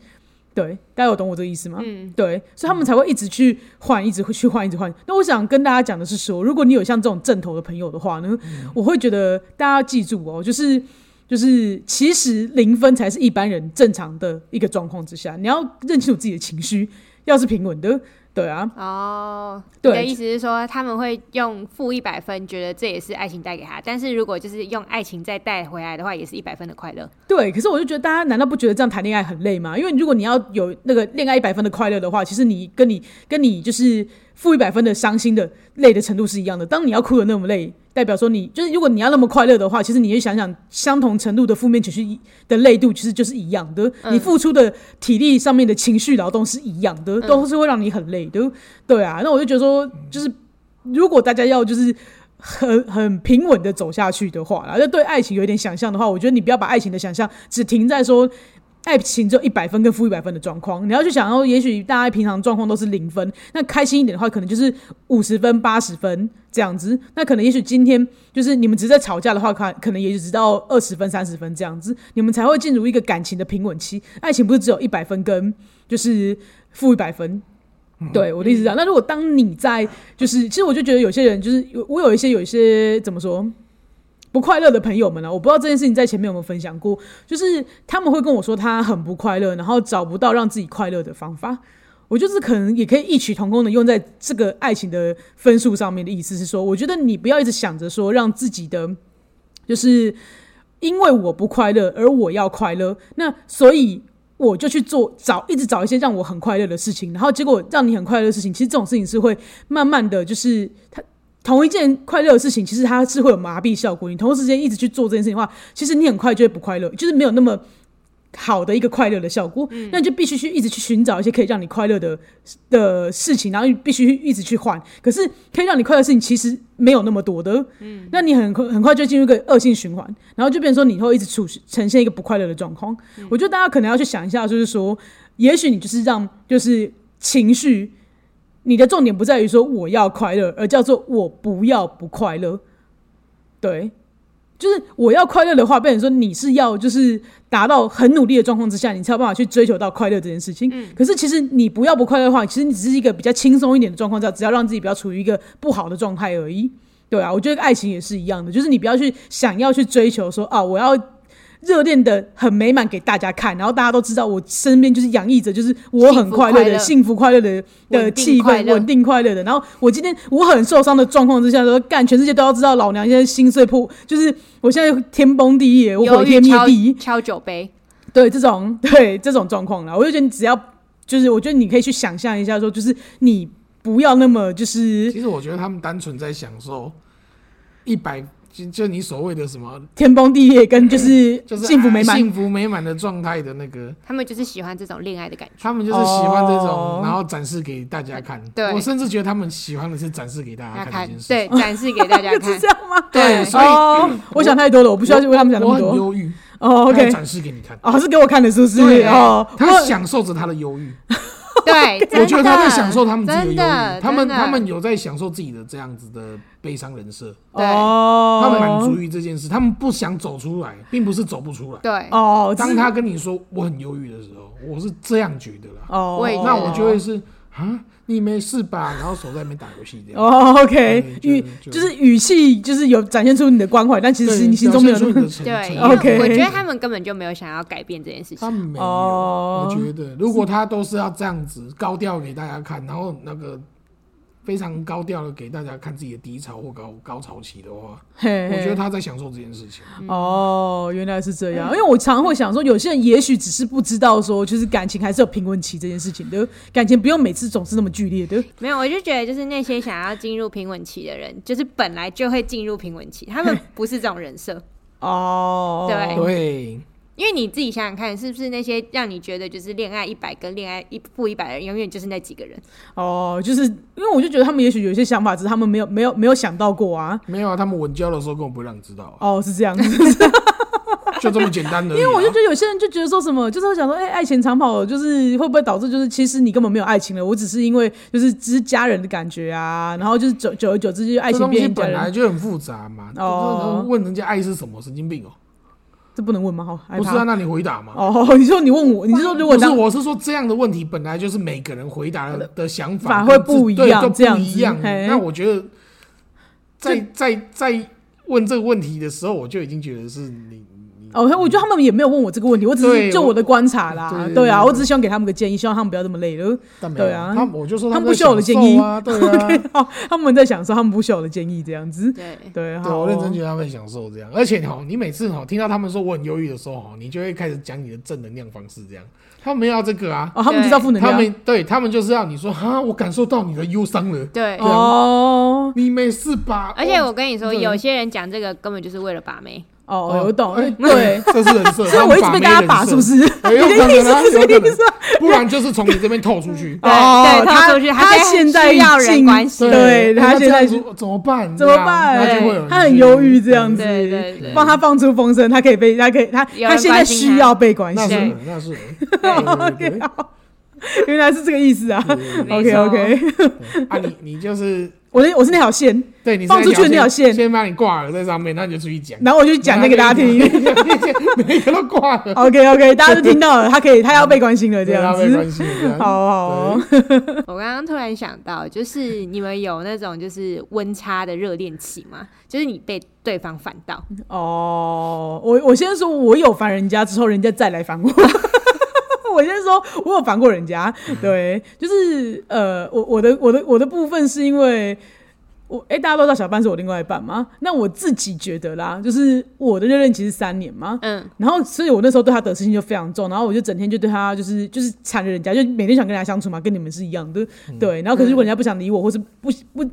[SPEAKER 1] 对，大家有懂我这个意思吗？嗯，对，所以他们才会一直去换，一直会去换，一直换。那我想跟大家讲的是说，如果你有像这种正头的朋友的话呢，我会觉得大家要记住哦，就是就是，其实零分才是一般人正常的一个状况之下，你要认清楚自己的情绪，要是平稳的，对啊，
[SPEAKER 2] 哦，
[SPEAKER 1] 对
[SPEAKER 2] 你的意思是说他们会用负一百分，觉得这也是爱情带给他，但是如果就是用爱情再带回来的话，也是一百分的快乐。
[SPEAKER 1] 对，可是我就觉得，大家难道不觉得这样谈恋爱很累吗？因为如果你要有那个恋爱一百分的快乐的话，其实你跟你跟你就是负一百分的伤心的累的程度是一样的。当你要哭的那么累，代表说你就是如果你要那么快乐的话，其实你就想想相同程度的负面情绪的累度，其实就是一样的。你付出的体力上面的情绪劳动是一样的，都是会让你很累的。对啊，那我就觉得说，就是如果大家要就是很很平稳的走下去的话啦，那对爱情有一点想象的话，我觉得你不要把爱情的想象只停在说爱情只有一百分跟负一百分的状况。你要去想要，也许大家平常状况都是零分，那开心一点的话，可能就是五十分、八十分这样子。那可能也许今天就是你们只是在吵架的话，可可能也许只到二十分、三十分这样子，你们才会进入一个感情的平稳期。爱情不是只有一百分跟就是负一百分。对我的意思是这样。那如果当你在就是，其实我就觉得有些人就是有我有一些有一些怎么说不快乐的朋友们呢、啊，我不知道这件事情在前面有没有分享过，就是他们会跟我说他很不快乐，然后找不到让自己快乐的方法。我就是可能也可以异曲同工的用在这个爱情的分数上面的意思是说，我觉得你不要一直想着说让自己的就是因为我不快乐而我要快乐，那所以我就去做找一直找一些让我很快乐的事情，然后结果让你很快乐的事情，其实这种事情是会慢慢的就是它。同一件快乐的事情，其实它是会有麻痹效果。你同时之间一直去做这件事情的话，其实你很快就会不快乐，就是没有那么好的一个快乐的效果。那你就必须去一直去寻找一些可以让你快乐的的事情，然后你必须一直去换。可是可以让你快乐的事情其实没有那么多的，嗯，那你很快很快就进入一个恶性循环，然后就变成说你以后一直处呈现一个不快乐的状况。我觉得大家可能要去想一下，就是说，也许你就是让就是情绪。你的重点不在于说我要快乐，而叫做我不要不快乐。对，就是我要快乐的话，变成说你是要就是达到很努力的状况之下，你才有办法去追求到快乐这件事情。可是其实你不要不快乐的话，其实你只是一个比较轻松一点的状况下，只要让自己不要处于一个不好的状态而已。对啊，我觉得爱情也是一样的，就是你不要去想要去追求说啊，我要。热恋的很美满给大家看，然后大家都知道我身边就是洋溢着就是我很快乐的幸
[SPEAKER 2] 幸
[SPEAKER 1] 福快乐的的
[SPEAKER 2] 稳定
[SPEAKER 1] 气
[SPEAKER 2] 快
[SPEAKER 1] 氛，
[SPEAKER 2] 乐
[SPEAKER 1] 稳定快乐的。然后我今天我很受伤的状况之下说，干全世界都要知道老娘现在心碎破，就是我现在天崩地裂，我
[SPEAKER 2] 忧
[SPEAKER 1] 毁
[SPEAKER 2] 郁
[SPEAKER 1] 天灭
[SPEAKER 2] 敲
[SPEAKER 1] 地。
[SPEAKER 2] 敲酒杯，
[SPEAKER 1] 对这种 对这种状况啦，我就觉得你只要就是我觉得你可以去想象一下说，就是你不要那么就是
[SPEAKER 3] 其实我觉得他们单纯在享受一百，就就你所谓的什么，
[SPEAKER 1] 天崩地裂跟 就是
[SPEAKER 3] 就是
[SPEAKER 1] 幸福美
[SPEAKER 3] 啊
[SPEAKER 1] 满。
[SPEAKER 3] 幸福美满的状态的那个，
[SPEAKER 2] 他们就是喜欢这种恋爱的感觉。
[SPEAKER 3] 他们就是喜欢这种，
[SPEAKER 1] 哦
[SPEAKER 3] 然后展示给大家看。
[SPEAKER 2] 对
[SPEAKER 3] 我甚至觉得他们喜欢的是展示给大
[SPEAKER 2] 大
[SPEAKER 3] 家
[SPEAKER 2] 家
[SPEAKER 3] 啊看
[SPEAKER 2] 看
[SPEAKER 3] 这件，事。
[SPEAKER 2] 对，展示给大 家看
[SPEAKER 1] 是这。样吗？
[SPEAKER 2] 对
[SPEAKER 3] 所以
[SPEAKER 1] 哦我想太多了，我不需要去为他们讲那
[SPEAKER 3] 我
[SPEAKER 1] 么
[SPEAKER 3] 很
[SPEAKER 1] 多。
[SPEAKER 3] 忧郁，
[SPEAKER 1] 哦
[SPEAKER 3] 他要
[SPEAKER 1] ，OK，
[SPEAKER 3] 展示给你看。
[SPEAKER 1] 哦，是给我看的，是不是？
[SPEAKER 3] 对
[SPEAKER 1] 哦，
[SPEAKER 3] 他享受着他的忧郁，
[SPEAKER 2] 对，真的
[SPEAKER 3] 我觉得他在享受他们自己
[SPEAKER 2] 真
[SPEAKER 3] 的忧
[SPEAKER 2] 的
[SPEAKER 3] 郁，他们
[SPEAKER 2] 真的
[SPEAKER 3] 他们有在享受自己的这样子的悲伤人设，
[SPEAKER 1] 我哦，
[SPEAKER 3] 他们满足于这件事，他们不想走出来，并不是走不出来。
[SPEAKER 2] 对，
[SPEAKER 1] 哦，
[SPEAKER 3] 当
[SPEAKER 1] 这
[SPEAKER 3] 他跟你说我很忧郁的时候，我是这样觉得啦。
[SPEAKER 1] 哦，
[SPEAKER 2] 我也觉得
[SPEAKER 3] 那我就会是啊，你没事吧？然后手在那边打游戏这样。
[SPEAKER 1] 哦
[SPEAKER 3] 嗯
[SPEAKER 1] ，OK，
[SPEAKER 3] 就
[SPEAKER 1] 语
[SPEAKER 3] 就
[SPEAKER 1] 就是语气就是有展现出你的关怀，但其实
[SPEAKER 3] 对
[SPEAKER 1] 你心中没有
[SPEAKER 3] 表
[SPEAKER 1] 那
[SPEAKER 3] 现出
[SPEAKER 1] 么
[SPEAKER 3] 你的成
[SPEAKER 2] 对，
[SPEAKER 3] 成
[SPEAKER 2] 因
[SPEAKER 3] 就
[SPEAKER 2] 为
[SPEAKER 1] OK
[SPEAKER 2] 我觉得他们根本就没有想要改变这件事
[SPEAKER 3] 他
[SPEAKER 2] 情。
[SPEAKER 3] 没有，
[SPEAKER 1] 哦
[SPEAKER 3] 我觉得如果他都是要这样子高调给大家看，然后那个非常高调的给大家看自己的低潮或高高潮期的话，
[SPEAKER 1] 嘿，
[SPEAKER 3] 我
[SPEAKER 1] 嘿
[SPEAKER 3] 觉得他在享受这件事情。
[SPEAKER 1] 哦，原来是这样。因
[SPEAKER 3] 嗯
[SPEAKER 1] 为我常会想说，有些人也许只是不知道说，就是感情还是有平稳期这件事情的，感情不用每次总是那么剧烈的。
[SPEAKER 2] 没有，我就觉得就是那些想要进入平稳期的人，就是本来就会进入平稳期，他们不是这种人设。
[SPEAKER 1] 哦，
[SPEAKER 2] 对
[SPEAKER 3] 对，
[SPEAKER 2] 因为你自己想想看，是不是那些让你觉得就是恋爱一百跟恋爱一负一百的人，永远就是那几个人？
[SPEAKER 1] 哦，就是因为我就觉得他们也许有一些想法，只是他们没有没有没有想到过啊。
[SPEAKER 3] 没有啊，他们稳交的时候根本不会让你知道啊、
[SPEAKER 1] 哦，是这样子。
[SPEAKER 3] 就这么简单的、啊。
[SPEAKER 1] 因为我就觉得有些人就觉得说什么，就是会想说，哎、爱情长跑就是会不会导致就是其实你根本没有爱情了，我只是因为就是只是家人的感觉啊，然后就是久久而久之就是爱
[SPEAKER 3] 这
[SPEAKER 1] 情
[SPEAKER 3] 东
[SPEAKER 1] 变
[SPEAKER 3] 西
[SPEAKER 1] 成家
[SPEAKER 3] 啊本来
[SPEAKER 1] 人，
[SPEAKER 3] 就很复杂嘛，
[SPEAKER 1] 哦
[SPEAKER 3] 哦、问人家爱是什么，神经病哦、
[SPEAKER 1] 这不能问吗？好害
[SPEAKER 3] 不是啊，
[SPEAKER 1] 怕。
[SPEAKER 3] 那你回答嘛。
[SPEAKER 1] 哦，你 说你问我，你是说如果
[SPEAKER 3] 不是，
[SPEAKER 1] 当呃
[SPEAKER 3] 我是说这样的问题本来就是每个人回答的的想
[SPEAKER 1] 法
[SPEAKER 3] 法
[SPEAKER 1] 会
[SPEAKER 3] 跟自
[SPEAKER 1] 不一
[SPEAKER 3] 对
[SPEAKER 1] 样
[SPEAKER 3] 都
[SPEAKER 1] 这样
[SPEAKER 3] 不一
[SPEAKER 1] 子
[SPEAKER 3] 样。
[SPEAKER 1] 嘿
[SPEAKER 3] 那我觉得在在在问这个问题的时候，我就已经觉得是你你
[SPEAKER 1] 哦，我觉得他们也没有问我这个问题，我只是
[SPEAKER 3] 对
[SPEAKER 1] 就
[SPEAKER 3] 我
[SPEAKER 1] 我的观察啦
[SPEAKER 3] 对，
[SPEAKER 1] 对啊，
[SPEAKER 3] 对
[SPEAKER 1] 我只是希望给他们个建议，希望他们不要这么累了。
[SPEAKER 3] 但没
[SPEAKER 1] 对
[SPEAKER 3] 有
[SPEAKER 1] 啊
[SPEAKER 3] 他们我就说
[SPEAKER 1] 他们
[SPEAKER 3] 们
[SPEAKER 1] 不
[SPEAKER 3] 在
[SPEAKER 1] 需要我的
[SPEAKER 3] 享
[SPEAKER 1] 建议
[SPEAKER 3] 受 啊，对啊，
[SPEAKER 1] 好，他们在享受他们不需要我的建议这样子。
[SPEAKER 2] 对，
[SPEAKER 1] 对，
[SPEAKER 3] 对啊
[SPEAKER 1] 好，
[SPEAKER 3] 我认真觉得他们很享受这样。而且哈，你每次哈听到他们说我很忧郁的时候哈，你就会开始讲你的正能量方式这样。他们没有要这个啊，
[SPEAKER 1] 哦，他们知道负能
[SPEAKER 3] 他
[SPEAKER 1] 量。
[SPEAKER 3] 们对他们就是要你说哈，我感受到你的忧伤了，
[SPEAKER 2] 对，
[SPEAKER 1] 哦，
[SPEAKER 3] 你没事吧？哦
[SPEAKER 2] 而且我跟你说，
[SPEAKER 3] 对
[SPEAKER 2] 有些人讲这个根本就是为了把妹，
[SPEAKER 1] 哦，我懂，
[SPEAKER 3] 哎
[SPEAKER 1] 对，
[SPEAKER 3] 这是人设，
[SPEAKER 1] 所以我一直
[SPEAKER 3] 他们
[SPEAKER 1] 被大
[SPEAKER 3] 把
[SPEAKER 1] 家
[SPEAKER 3] 妹
[SPEAKER 1] 把，
[SPEAKER 3] 人
[SPEAKER 1] 是不
[SPEAKER 3] 设？
[SPEAKER 1] 是？
[SPEAKER 3] 哎
[SPEAKER 1] 你
[SPEAKER 3] 有
[SPEAKER 1] 的
[SPEAKER 3] 可
[SPEAKER 1] 意
[SPEAKER 3] 能
[SPEAKER 1] 思
[SPEAKER 3] 啊
[SPEAKER 1] 是这
[SPEAKER 3] 有
[SPEAKER 1] 个
[SPEAKER 3] 可
[SPEAKER 1] 意思啊？
[SPEAKER 3] 不然就是从你这边透出去。
[SPEAKER 2] 对
[SPEAKER 1] 哦
[SPEAKER 2] 对，
[SPEAKER 1] 他
[SPEAKER 2] 透出去，
[SPEAKER 1] 他
[SPEAKER 2] 他
[SPEAKER 1] 现在
[SPEAKER 2] 需要人关系，
[SPEAKER 1] 对他
[SPEAKER 3] 那这
[SPEAKER 1] 现在
[SPEAKER 3] 样子怎么办？
[SPEAKER 1] 怎么办
[SPEAKER 3] 那就会有人
[SPEAKER 1] 他很忧郁这样
[SPEAKER 3] 去
[SPEAKER 1] 子
[SPEAKER 2] 对对对，
[SPEAKER 1] 帮他放出风声，他可以被，他可以，他
[SPEAKER 2] 有人
[SPEAKER 1] 他现在
[SPEAKER 2] 关心
[SPEAKER 1] 需
[SPEAKER 2] 他
[SPEAKER 1] 要被关
[SPEAKER 3] 那
[SPEAKER 1] 心
[SPEAKER 3] 是
[SPEAKER 2] 对。
[SPEAKER 3] 人那是人对
[SPEAKER 1] OK，
[SPEAKER 3] 对
[SPEAKER 1] 好原来是这个意思啊。
[SPEAKER 3] 对对
[SPEAKER 1] OK OK，
[SPEAKER 3] 对啊，你你就是
[SPEAKER 1] 我那我是那条线，
[SPEAKER 3] 对你
[SPEAKER 1] 放出去的那条线
[SPEAKER 3] 先把你挂了在上面，那你就出去讲，
[SPEAKER 1] 然后我就讲那给大家 听。
[SPEAKER 3] 每个都挂了，
[SPEAKER 1] OK OK，大家都听到了，他可以，他要被关心了，这
[SPEAKER 3] 对啊
[SPEAKER 1] 样
[SPEAKER 3] 没
[SPEAKER 1] 子。
[SPEAKER 3] 关系，对啊
[SPEAKER 1] 好好，
[SPEAKER 2] 我刚刚突然想到，就是你们有那种就是温差的热恋期吗？就是你被对方烦到，
[SPEAKER 1] 哦，我我先说，我有烦人家之后，人家再来烦我。 我先说，我有烦过人家，对，就是呃，我我的我的我的部分是因为我哎、大家都知道小半是我另外一半嘛，那我自己觉得啦，就是我的热恋期是三年嘛，
[SPEAKER 2] 嗯，
[SPEAKER 1] 然后，所以我那时候对他得失心就非常重，然后我就整天就对他就是就是缠着人家，就每天想跟人家相处嘛，跟你们是一样的，对。然后可是如果人家不想理我，或是不不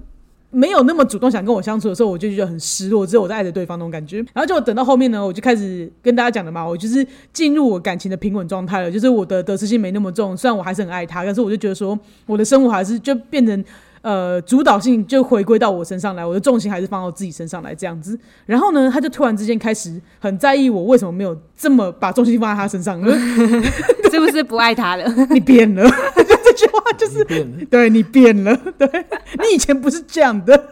[SPEAKER 1] 没有那么主动想跟我相处的时候，我就觉得很失落，只有我在爱着对方那种感觉。然后就等到后面呢，我就开始跟大家讲的嘛，我就是进入我感情的平稳状态了，就是我的得失心没那么重，虽然我还是很爱他，但是我就觉得说我的生活还是就变成。呃，主导性就回归到我身上来，我的重心还是放到自己身上来这样子。然后呢，他就突然之间开始很在意我为什么没有这么把重心放在他身上，就是
[SPEAKER 2] 是不是不爱他了？
[SPEAKER 1] 你变了， 就这句话就是
[SPEAKER 3] 你变了
[SPEAKER 1] 对你变了，对你以前不是这样的。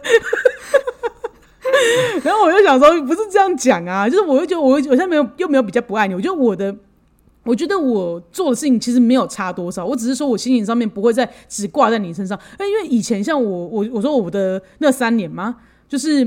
[SPEAKER 1] 然后我就想说，不是这样讲啊，就是我又觉得我我现在没有又没有比较不爱你，我觉得我的。我觉得我做的事情其实没有差多少，我只是说我心情上面不会再只挂在你身上。那因为以前像我，我我说我的那三年嘛，就是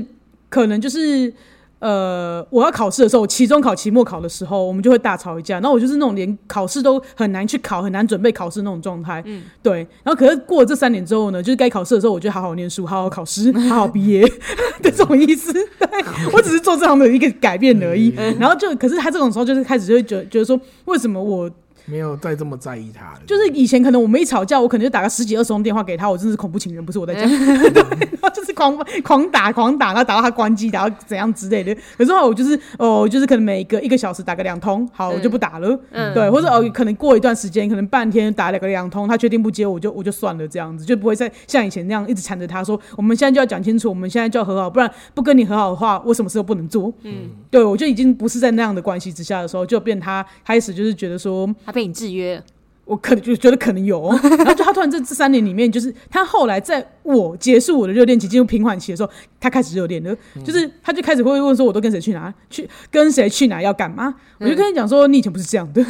[SPEAKER 1] 可能就是呃，我要考试的时候，我期中考、期末考的时候，我们就会大吵一架。然后我就是那种连考试都很难去考、很难准备考试那种状态。对，然后可是过了这三年之后呢，就是该考试的时候，我就好好念书，好好考试，好好毕业 的这种意思。对我只是做这样的一个改变而已。然后就，可是他这种时候就是开始就会觉得觉得说，为什么我
[SPEAKER 3] 没有再这么在意他了，
[SPEAKER 1] 就是以前可能我们一吵架，我可能就打个十几二十通电话给他，我真的是恐怖情人，不是我在讲，对，然后就是狂狂打狂打，然后打到他关机，打到怎样之类的。可是后来我就是哦，我就是可能每个一个小时打个两通，好，我就不打了，
[SPEAKER 2] 嗯
[SPEAKER 1] 对，或者哦，可能过一段时间，可能半天打两个两通，他确定不接，我就我就算了，这样子就不会再像以前那样一直缠着他说，我们现在就要讲清楚，我们现在就要和好，不然不跟你和好的话，我什么事都不能做。嗯，对，我就已经不是在那样的关系之下的时候，就变他开始就是觉得说。
[SPEAKER 2] 他被你制约了，
[SPEAKER 1] 我可能就觉得可能有、哦，然后就他突然这这三年里面，就是他后来在我结束我的热恋期进入平缓期的时候，他开始热恋了，就是他就开始会问说，我都跟谁去哪，去跟谁去哪要干嘛？我就跟你讲说，你以前不是这样的。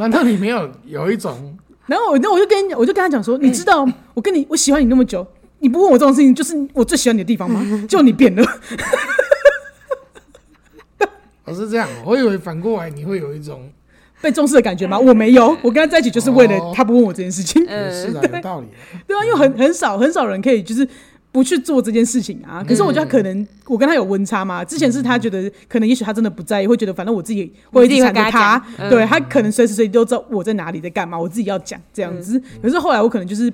[SPEAKER 3] 难道你没有有一种
[SPEAKER 1] 然后我那我就跟你我就跟他讲说，你知道我跟你我喜欢你那么久，你不问我这种事情，就是我最喜欢你的地方吗？就你变了，
[SPEAKER 3] 我哦是这样，我以为反过来你会有一种
[SPEAKER 1] 被重视的感觉吗？我没有，我跟他在一起就是为了
[SPEAKER 3] 哦
[SPEAKER 1] 他不问我这件事情。
[SPEAKER 3] 也是
[SPEAKER 2] 嗯
[SPEAKER 3] 啊，有道理啊。
[SPEAKER 1] 对啊，因为很很少很少人可以就是不去做这件事情啊。可是我觉得他可能我跟他有温差嘛，之前是他觉得可能也许他真的不在意，会觉得反嗯正我自己会一直缠着他
[SPEAKER 2] 你自己会跟他，讲嗯
[SPEAKER 1] 对他可能随时随地都知道我在哪里在干嘛，我自己要讲这样子。可是后来我可能就是。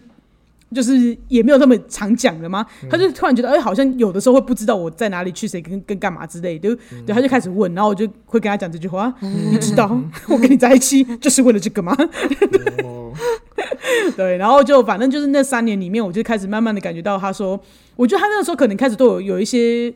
[SPEAKER 1] 就是也没有那么常讲了嘛，他就突然觉得，哎、好像有的时候会不知道我在哪里去，谁跟跟干嘛之类的，对，他就开始问，然后我就会跟他讲这句话，你知道 我跟你在一起就是为了这个吗？
[SPEAKER 3] 哦
[SPEAKER 1] 对，然后就反正就是那三年里面，我就开始慢慢的感觉到，他说，我觉得他那个时候可能开始对我有一些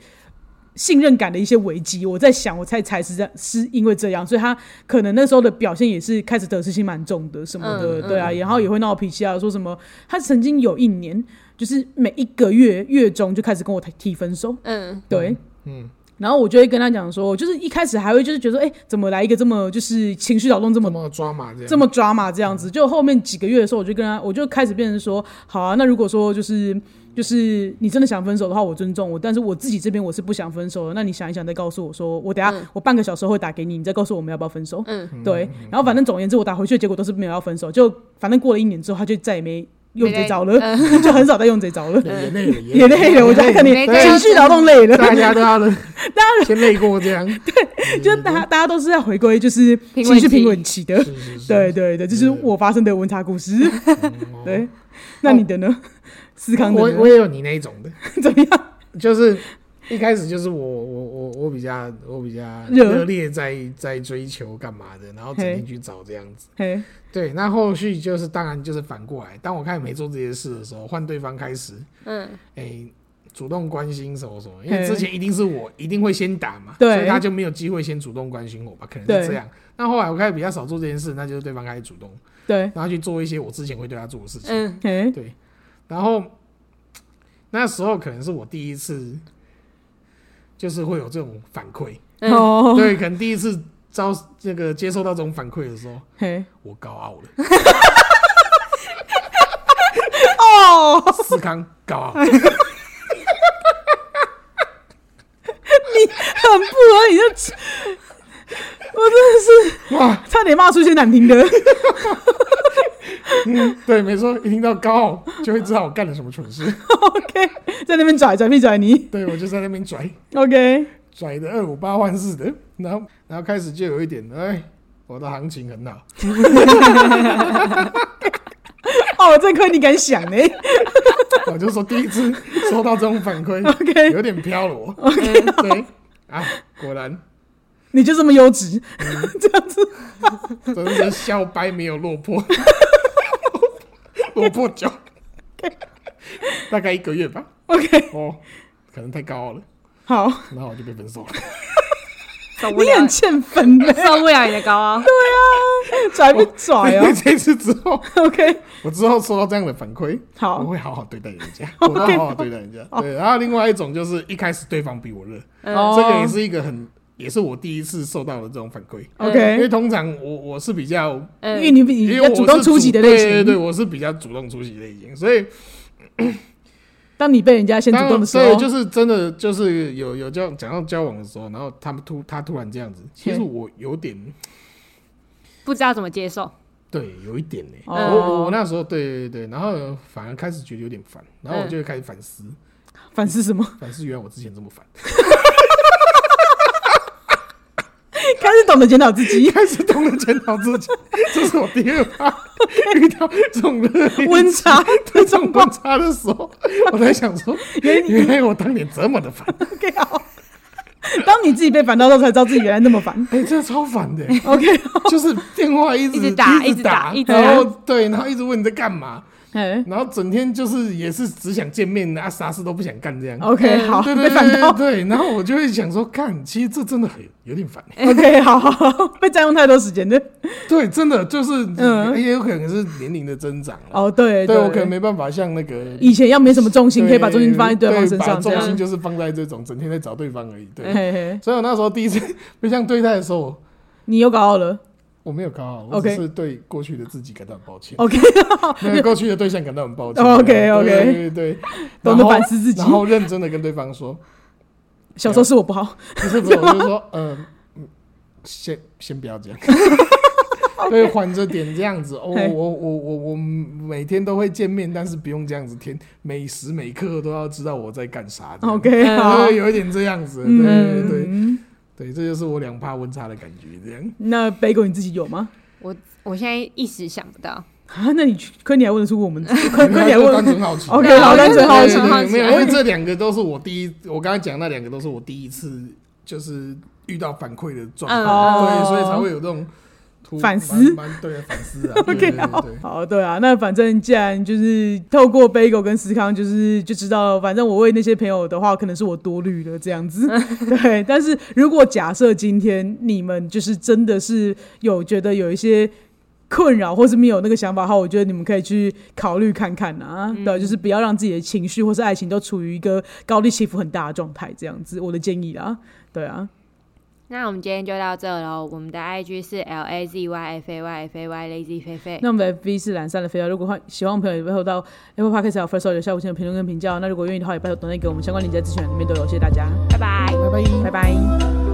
[SPEAKER 1] 信任感的一些危机。我在想，我猜才是这样，是因为这样，所以他可能那时候的表现也是开始得失心蛮重的什么的，
[SPEAKER 2] 嗯
[SPEAKER 1] 对啊，然后也会闹脾气啊，说什么他曾经有一年，就是每一个月月中就开始跟我提提分手，
[SPEAKER 2] 嗯，
[SPEAKER 1] 对，
[SPEAKER 3] 嗯，
[SPEAKER 1] 然后我就会跟他讲说，就是一开始还会就是觉得说，哎、怎么来一个这么就是情绪扰动这么
[SPEAKER 3] 这么抓马这样，
[SPEAKER 1] 这么抓嘛，这样子。就后面几个月的时候，我就跟他，我就开始变成说，好啊，那如果说就是就是你真的想分手的话，我尊重我，但是我自己这边我是不想分手的。那你想一想，再告诉我说，我等下、我半个小时后会打给你，你再告诉我们要不要分手。
[SPEAKER 2] 嗯，
[SPEAKER 1] 对。然后反正总而言之，我打回去的结果都是没有要分手，就反正过了一年之后，他就再也没用这招了， 就很少再用这招了。
[SPEAKER 3] 也累了，
[SPEAKER 1] 也累了，我觉得他可能
[SPEAKER 2] 没
[SPEAKER 3] 对
[SPEAKER 1] 情绪劳动累了，
[SPEAKER 3] 大家都要先累过这样，
[SPEAKER 1] 就是大家大家都是要回归就是
[SPEAKER 2] 平
[SPEAKER 1] 情
[SPEAKER 2] 稳
[SPEAKER 1] 绪
[SPEAKER 2] 期
[SPEAKER 1] 平稳期的。
[SPEAKER 3] 是是是，
[SPEAKER 1] 对对对，这就是
[SPEAKER 3] 对
[SPEAKER 1] 我发生的温差故事。
[SPEAKER 3] 哦
[SPEAKER 1] 对，那你的呢？思康的
[SPEAKER 3] 我
[SPEAKER 1] 呢
[SPEAKER 3] 我也有你那一种的，
[SPEAKER 1] 怎么样？
[SPEAKER 3] 就是一开始就是我我我我比较我比较
[SPEAKER 1] 热
[SPEAKER 3] 热烈在在追求干嘛的，然后整
[SPEAKER 1] 嘿
[SPEAKER 3] 天去找这样子。
[SPEAKER 1] 嘿，
[SPEAKER 3] 对，那后续就是当然就是反过来，当我开始没做这些事的时候，换对方开始，
[SPEAKER 2] 嗯，
[SPEAKER 3] 哎、主动关心什么什么，因为
[SPEAKER 1] 嘿
[SPEAKER 3] 之前一定是我一定会先打嘛，
[SPEAKER 1] 对
[SPEAKER 3] 所以他就没有机会先主动关心我吧，可能
[SPEAKER 1] 对
[SPEAKER 3] 是这样。那后来我开始比较少做这件事，那就是对方开始主动，
[SPEAKER 1] 对，
[SPEAKER 3] 然后去做一些我之前会对他做的事情。
[SPEAKER 2] 嗯，
[SPEAKER 1] 嘿，
[SPEAKER 3] 对，然后那时候可能是我第一次，就是会有这种反馈，
[SPEAKER 2] 嗯
[SPEAKER 1] 哦，
[SPEAKER 3] 对，可能第一次遭这个接受到这种反馈的时候，
[SPEAKER 1] 嘿，
[SPEAKER 3] 我高傲了，
[SPEAKER 1] 哦，
[SPEAKER 3] 思康高傲，
[SPEAKER 1] 很不合理，这 我真的是
[SPEAKER 3] 哇，
[SPEAKER 1] 差点骂出一些难听的。
[SPEAKER 3] 对，没错，一听到高傲就会知道我干了什么蠢事，
[SPEAKER 1] OK，在那边拽拽屁拽泥。
[SPEAKER 3] 对我就在那边拽
[SPEAKER 1] OK，
[SPEAKER 3] 拽的二五八万似的，然后然后开始就有一点，哎，我的行情很好，
[SPEAKER 1] 哦，这亏你敢想呢。
[SPEAKER 3] 我就说第一次收到这种反馈
[SPEAKER 1] OK
[SPEAKER 3] 有点飘了我，
[SPEAKER 2] 嗯
[SPEAKER 3] 对啊，果然。
[SPEAKER 1] 你就这么优质，这样子
[SPEAKER 3] 真的是笑掰没有落魄，落魄脚，大概一个月吧。
[SPEAKER 1] OK
[SPEAKER 3] 哦，可能太高傲了，
[SPEAKER 1] 好，
[SPEAKER 3] 然后我就被分手了。
[SPEAKER 2] 受不
[SPEAKER 1] 你
[SPEAKER 2] 了
[SPEAKER 1] 很，欠分 的。
[SPEAKER 2] 受不了你的 高傲，
[SPEAKER 1] 对啊，拽不拽啊
[SPEAKER 3] 这次之后，
[SPEAKER 1] ？OK，
[SPEAKER 3] 我 之后收到这样的反馈，
[SPEAKER 1] 好
[SPEAKER 3] 我会好好对待人 家，我会好好对待人家。对，然后另外一种就是一开始对方比我热，
[SPEAKER 2] 嗯
[SPEAKER 3] 这个也是一个很，也是我第一次受到的这种反馈。因为
[SPEAKER 1] OK，
[SPEAKER 3] 通常我我是比较
[SPEAKER 1] 因
[SPEAKER 2] 嗯
[SPEAKER 1] 哎为你
[SPEAKER 3] 嗯因
[SPEAKER 1] 比较
[SPEAKER 3] 为我
[SPEAKER 1] 主
[SPEAKER 3] 是
[SPEAKER 1] 动出击的类型，
[SPEAKER 3] 对对对，我是比较主动出击类型，所以
[SPEAKER 1] 当你被人家先主
[SPEAKER 3] 当
[SPEAKER 1] 动的时候，
[SPEAKER 3] 对，就是真的，就是有有这样讲到交往的时候，然后他们突他突然这样子，其实
[SPEAKER 1] 嘿
[SPEAKER 3] 我有点
[SPEAKER 2] 不知道怎么接受，
[SPEAKER 3] 对，有一点呢、
[SPEAKER 1] 哦
[SPEAKER 3] 我我那时候对对对，然后反而开始觉得有点烦，然
[SPEAKER 1] 嗯
[SPEAKER 3] 后我就会开始反思，
[SPEAKER 1] 反思什么？
[SPEAKER 3] 反思原来我之前这么烦，
[SPEAKER 1] 开始懂得检讨自 己，
[SPEAKER 3] 开始懂得检讨自己， 这是我第二趴遇到这种热恋
[SPEAKER 1] 温差
[SPEAKER 3] 期这种温差的时候，我在想说，原来我当年这么的烦，
[SPEAKER 1] OK 好。当你自己被烦到的时候，才知道自己原来那么烦。
[SPEAKER 3] 哎、真的超烦的、
[SPEAKER 1] OK，
[SPEAKER 3] 就是电话一直
[SPEAKER 2] 一直打
[SPEAKER 3] 一
[SPEAKER 2] 一直打一直打
[SPEAKER 3] 然后对，然后一直问你在干嘛，
[SPEAKER 1] 哎
[SPEAKER 3] 然后整天就是也是只想见面啊，啥事都不想干这样。
[SPEAKER 1] ，OK，好，
[SPEAKER 3] 对
[SPEAKER 1] 被
[SPEAKER 3] 对
[SPEAKER 1] 烦
[SPEAKER 3] 对对
[SPEAKER 1] 到。
[SPEAKER 3] 对，然后我就会想说，看，其实这真的很有点烦。
[SPEAKER 1] OK，好好好， 被占用太多时间的。
[SPEAKER 3] 对，真的就是，
[SPEAKER 1] 嗯
[SPEAKER 3] 也有可能是年龄的增长了。
[SPEAKER 1] 哦，对
[SPEAKER 3] 对我可能没办法像那个
[SPEAKER 1] 以前要没什么重心，
[SPEAKER 3] 对
[SPEAKER 1] 可以把重心放在对方身上，
[SPEAKER 3] 把
[SPEAKER 1] 这
[SPEAKER 3] 重心
[SPEAKER 1] 样。
[SPEAKER 3] 就是放在这种整天在找对方而已。对，
[SPEAKER 1] 嘿嘿，
[SPEAKER 3] 所以我那时候第一次 被这样对待的时候，
[SPEAKER 1] 你又高傲了。
[SPEAKER 3] 我没有高傲，我只
[SPEAKER 1] OK
[SPEAKER 3] 是对过去的自己感到很抱歉。
[SPEAKER 1] OK，
[SPEAKER 3] 对过去的对象感到很抱 歉。
[SPEAKER 1] OK，OK
[SPEAKER 3] 对对对， 对
[SPEAKER 1] 懂得
[SPEAKER 3] 然后
[SPEAKER 1] 反思自己
[SPEAKER 3] 然后认真的跟对方说，
[SPEAKER 1] 小时候是我不好。
[SPEAKER 3] 不是不是，我就说，呃嗯，先先不要 这样。对，缓着点这样子。哦，
[SPEAKER 1] 嘿
[SPEAKER 3] 我我我我每天都会见面，但是不用这样子天，每时每刻都要知道我在干啥这样。
[SPEAKER 1] OK，
[SPEAKER 2] 嗯
[SPEAKER 1] 好
[SPEAKER 3] 哎 对，。有一点这样子。对对对
[SPEAKER 1] 嗯，
[SPEAKER 3] 对，这就是我两趴温差的感觉。这样，
[SPEAKER 1] 那北狗你自己有吗？
[SPEAKER 2] 我我现在一时想不到，
[SPEAKER 1] 啊，那你亏你还问得出 我们，亏亏你还
[SPEAKER 3] 就单
[SPEAKER 1] 问
[SPEAKER 3] 纯好奇。
[SPEAKER 1] OK，
[SPEAKER 2] 对
[SPEAKER 1] 好，
[SPEAKER 2] 我
[SPEAKER 1] 单
[SPEAKER 2] 就
[SPEAKER 1] 纯
[SPEAKER 2] 是
[SPEAKER 1] 好
[SPEAKER 3] 对
[SPEAKER 1] 奇
[SPEAKER 2] 纯
[SPEAKER 3] 对
[SPEAKER 2] 好
[SPEAKER 3] 对
[SPEAKER 2] 奇
[SPEAKER 3] 没有，
[SPEAKER 2] 哎
[SPEAKER 3] 因为这两个都是我第一，我刚刚讲那两个都是我第一次就是遇到反馈的状
[SPEAKER 2] 嗯
[SPEAKER 3] 况，
[SPEAKER 1] 哦
[SPEAKER 3] 对，所以才会有这种突
[SPEAKER 1] 反思
[SPEAKER 3] 蛮蛮对反思啊，对对
[SPEAKER 1] OK，
[SPEAKER 3] 对
[SPEAKER 1] 好
[SPEAKER 3] 对，
[SPEAKER 1] 好，对啊，那反正既然就是透过 Bagel 跟思康，就是就知道，反正我为那些朋友的话，可能是我多虑了这样 子。对，但是如果假设今天你们就是真的是有觉得有一些。困扰或是没有那个想法的话，我觉得你们可以去考虑看看啊，
[SPEAKER 3] 嗯
[SPEAKER 1] 对啊，就是不要让自己的情绪或是爱情都处于一个高低起伏很大的状态，这样子，我的建议啦，对啊，
[SPEAKER 2] 那我们今天就到这喽。我们的 IG 是 L A Z Y F A Y F A Y Lazy 菲菲。
[SPEAKER 1] 那我们的 V 是懒散的肥料，如果欢喜欢我们朋友也会后到 Apple Podcast 还有 First Story 留下五星的评论跟评价哦。那如果愿意的话，也拜托等那给我们相关链接资讯栏里面都有，谢谢大家，
[SPEAKER 2] 拜拜。
[SPEAKER 1] 拜
[SPEAKER 3] 拜拜。
[SPEAKER 1] 拜。